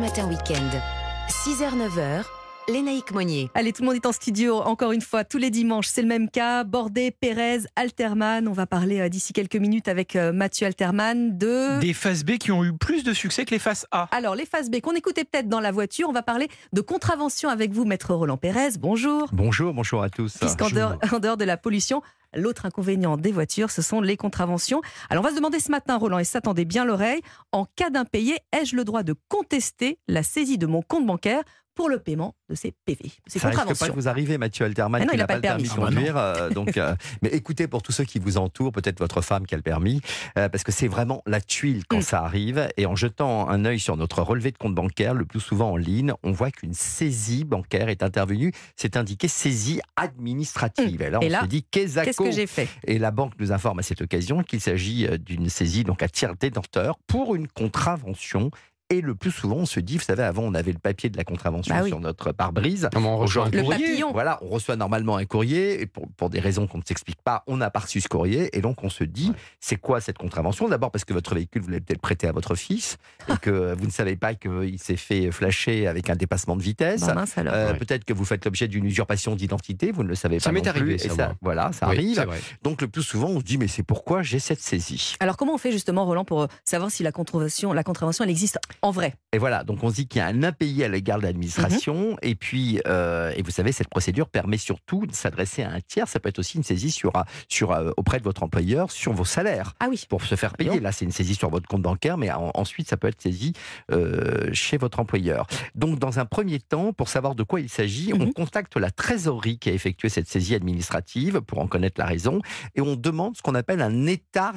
Matin Weekend. 6h-9h, Lénaïque Monnier. Allez, tout le monde est en studio, encore une fois, tous les dimanches, c'est le même cas. Bordet, Pérez, Alterman. On va parler euh, d'ici quelques minutes avec euh, Mathieu Alterman de. Des faces B qui ont eu plus de succès que les faces A. Alors, les phases B qu'on écoutait peut-être dans la voiture, on va parler de contravention avec vous, maître Roland Pérez. Bonjour. Bonjour, bonjour à tous. Puisqu'en dehors, en dehors de la pollution, l'autre inconvénient des voitures, ce sont les contraventions. Alors, on va se demander ce matin, Roland, et s'attendez bien l'oreille, en cas d'impayé, ai-je le droit de contester la saisie de mon compte bancaire pour le paiement de ces PV, ces Ça risque pas contraventions de vous arriver, Mathieu Alterman, Ah non, qui il a n'a pas, le permis de Ah bah non. conduire. euh, donc, euh, mais écoutez, pour tous ceux qui vous entourent, peut-être votre femme qui a le permis, euh, parce que c'est vraiment la tuile quand Mm. ça arrive. Et en jetant un œil sur notre relevé de compte bancaire, le plus souvent en ligne, on voit qu'une saisie bancaire est intervenue. C'est indiqué saisie administrative. Et là, on Mm. Et là, se dit, qu'est-ce Qu'est-ce que j'ai fait Et la banque nous informe à cette occasion qu'il s'agit euh, d'une saisie donc à tiers détenteur pour une contravention. Et le plus souvent, on se dit, vous savez, avant, on avait le papier de la contravention Bah oui. sur notre pare-brise. Comment Ah, on rejoint Le papillon. Voilà, on reçoit normalement un courrier, et pour, pour des raisons qu'on ne s'explique pas, on a pas reçu ce courrier, et donc on se dit, c'est quoi cette contravention D'abord parce que votre véhicule, vous l'avez peut-être prêté à votre fils, et que vous ne savez pas qu'il s'est fait flasher avec un dépassement de vitesse. Bah mince alors. Euh, Ouais. Peut-être que vous faites l'objet d'une usurpation d'identité, vous ne le savez Ça pas. m'est non arrivé, plus, et ça, moi. voilà, ça arrive. Donc le plus souvent, on se dit mais c'est pourquoi j'ai cette saisie. Alors comment on fait justement, Roland, pour euh, savoir si la contravention, la contravention, elle existe en vrai Et voilà, donc on se dit qu'il y a un impayé à l'égard de l'administration. Et puis, euh, et vous savez, cette procédure permet surtout de s'adresser à un tiers. Ça peut être aussi une saisie sur, un- sur, euh, auprès de votre employeur sur vos salaires Ah oui. pour se faire payer. Là, c'est une saisie sur votre compte bancaire, mais en- ensuite, ça peut être saisi euh, chez votre employeur. Donc, dans un premier temps, pour savoir de quoi il s'agit, on Mhm. contacte la trésorerie qui a effectué cette saisie administrative pour en connaître la raison et on demande ce qu'on appelle un état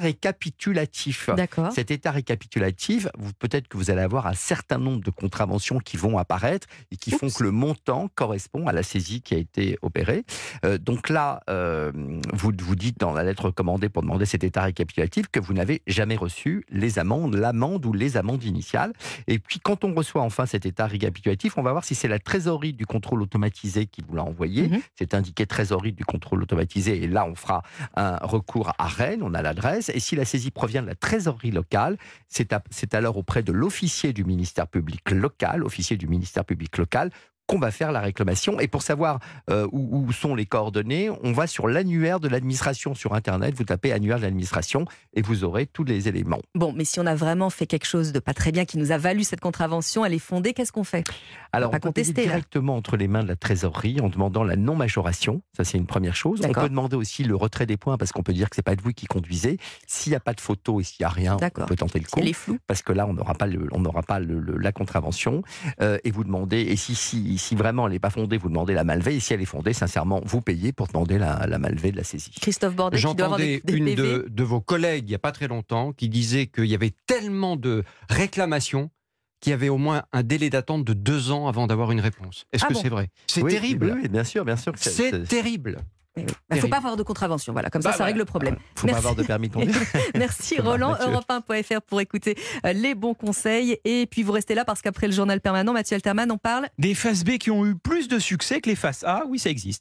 récapitulatif. D'accord. Cet état récapitulatif, vous- peut-être que vous allez avoir un certain nombre de contraventions qui vont apparaître et qui font Oups. que le montant correspond à la saisie qui a été opérée. Euh, donc là, euh, vous vous dites dans la lettre recommandée pour demander cet état récapitulatif que vous n'avez jamais reçu les amendes, l'amende ou les amendes initiales. Et puis quand on reçoit enfin cet état récapitulatif, on va voir si c'est la trésorerie du contrôle automatisé qui vous l'a envoyé. Mhm. C'est indiqué trésorerie du contrôle automatisé et là on fera un recours à Rennes, on a l'adresse. Et si la saisie provient de la trésorerie locale, c'est à- c'est alors auprès de l'officier du ministère public local, officier du ministère public local, qu'on va faire la réclamation. Et pour savoir euh, où, où sont les coordonnées, on va sur l'annuaire de l'administration sur Internet. Vous tapez annuaire de l'administration et vous aurez tous les éléments. Bon, mais si on a vraiment fait quelque chose de pas très bien qui nous a valu cette contravention, elle est fondée, qu'est-ce qu'on fait Alors, Pas on peut payer contesté, là. directement entre les mains de la trésorerie en demandant la non-majoration. Ça, c'est une première chose. On D'accord. peut demander aussi le retrait des points parce qu'on peut dire que c'est pas de vous qui conduisez. S'il n'y a pas de photo et s'il n'y a rien, on D'accord. peut tenter le coup. Elle est floue. parce que là, on n'aura pas, le- on n'aura pas le- le- la contravention. Euh, et vous demandez, et si, si, si vraiment elle n'est pas fondée, vous demandez la malvée. Et si elle est fondée, sincèrement, vous payez pour demander la, la malvée de la saisie. Christophe Bordet qui doit avoir des, J'entendais des une PV. de, de vos collègues il n'y a pas très longtemps qui disait qu'il y avait tellement de réclamations qu'il y avait au moins un délai d'attente de deux ans avant d'avoir une réponse. Est-ce Ah que bon c'est vrai C'est Oui, terrible. oui, oui, bien sûr, bien sûr. que C'est terrible. Il ne Bah, faut Terrible. pas avoir de contravention, voilà, comme ça, Bah, ça règle voilà. le problème. Faut Merci. pas avoir de permis de conduire. Merci Bah, Roland, Mathieu. europe1.fr pour écouter euh, les bons conseils. Et puis vous restez là parce qu'après le journal permanent, Mathieu Alterman, on parle Des faces B qui ont eu plus de succès que les faces A, oui, ça existe.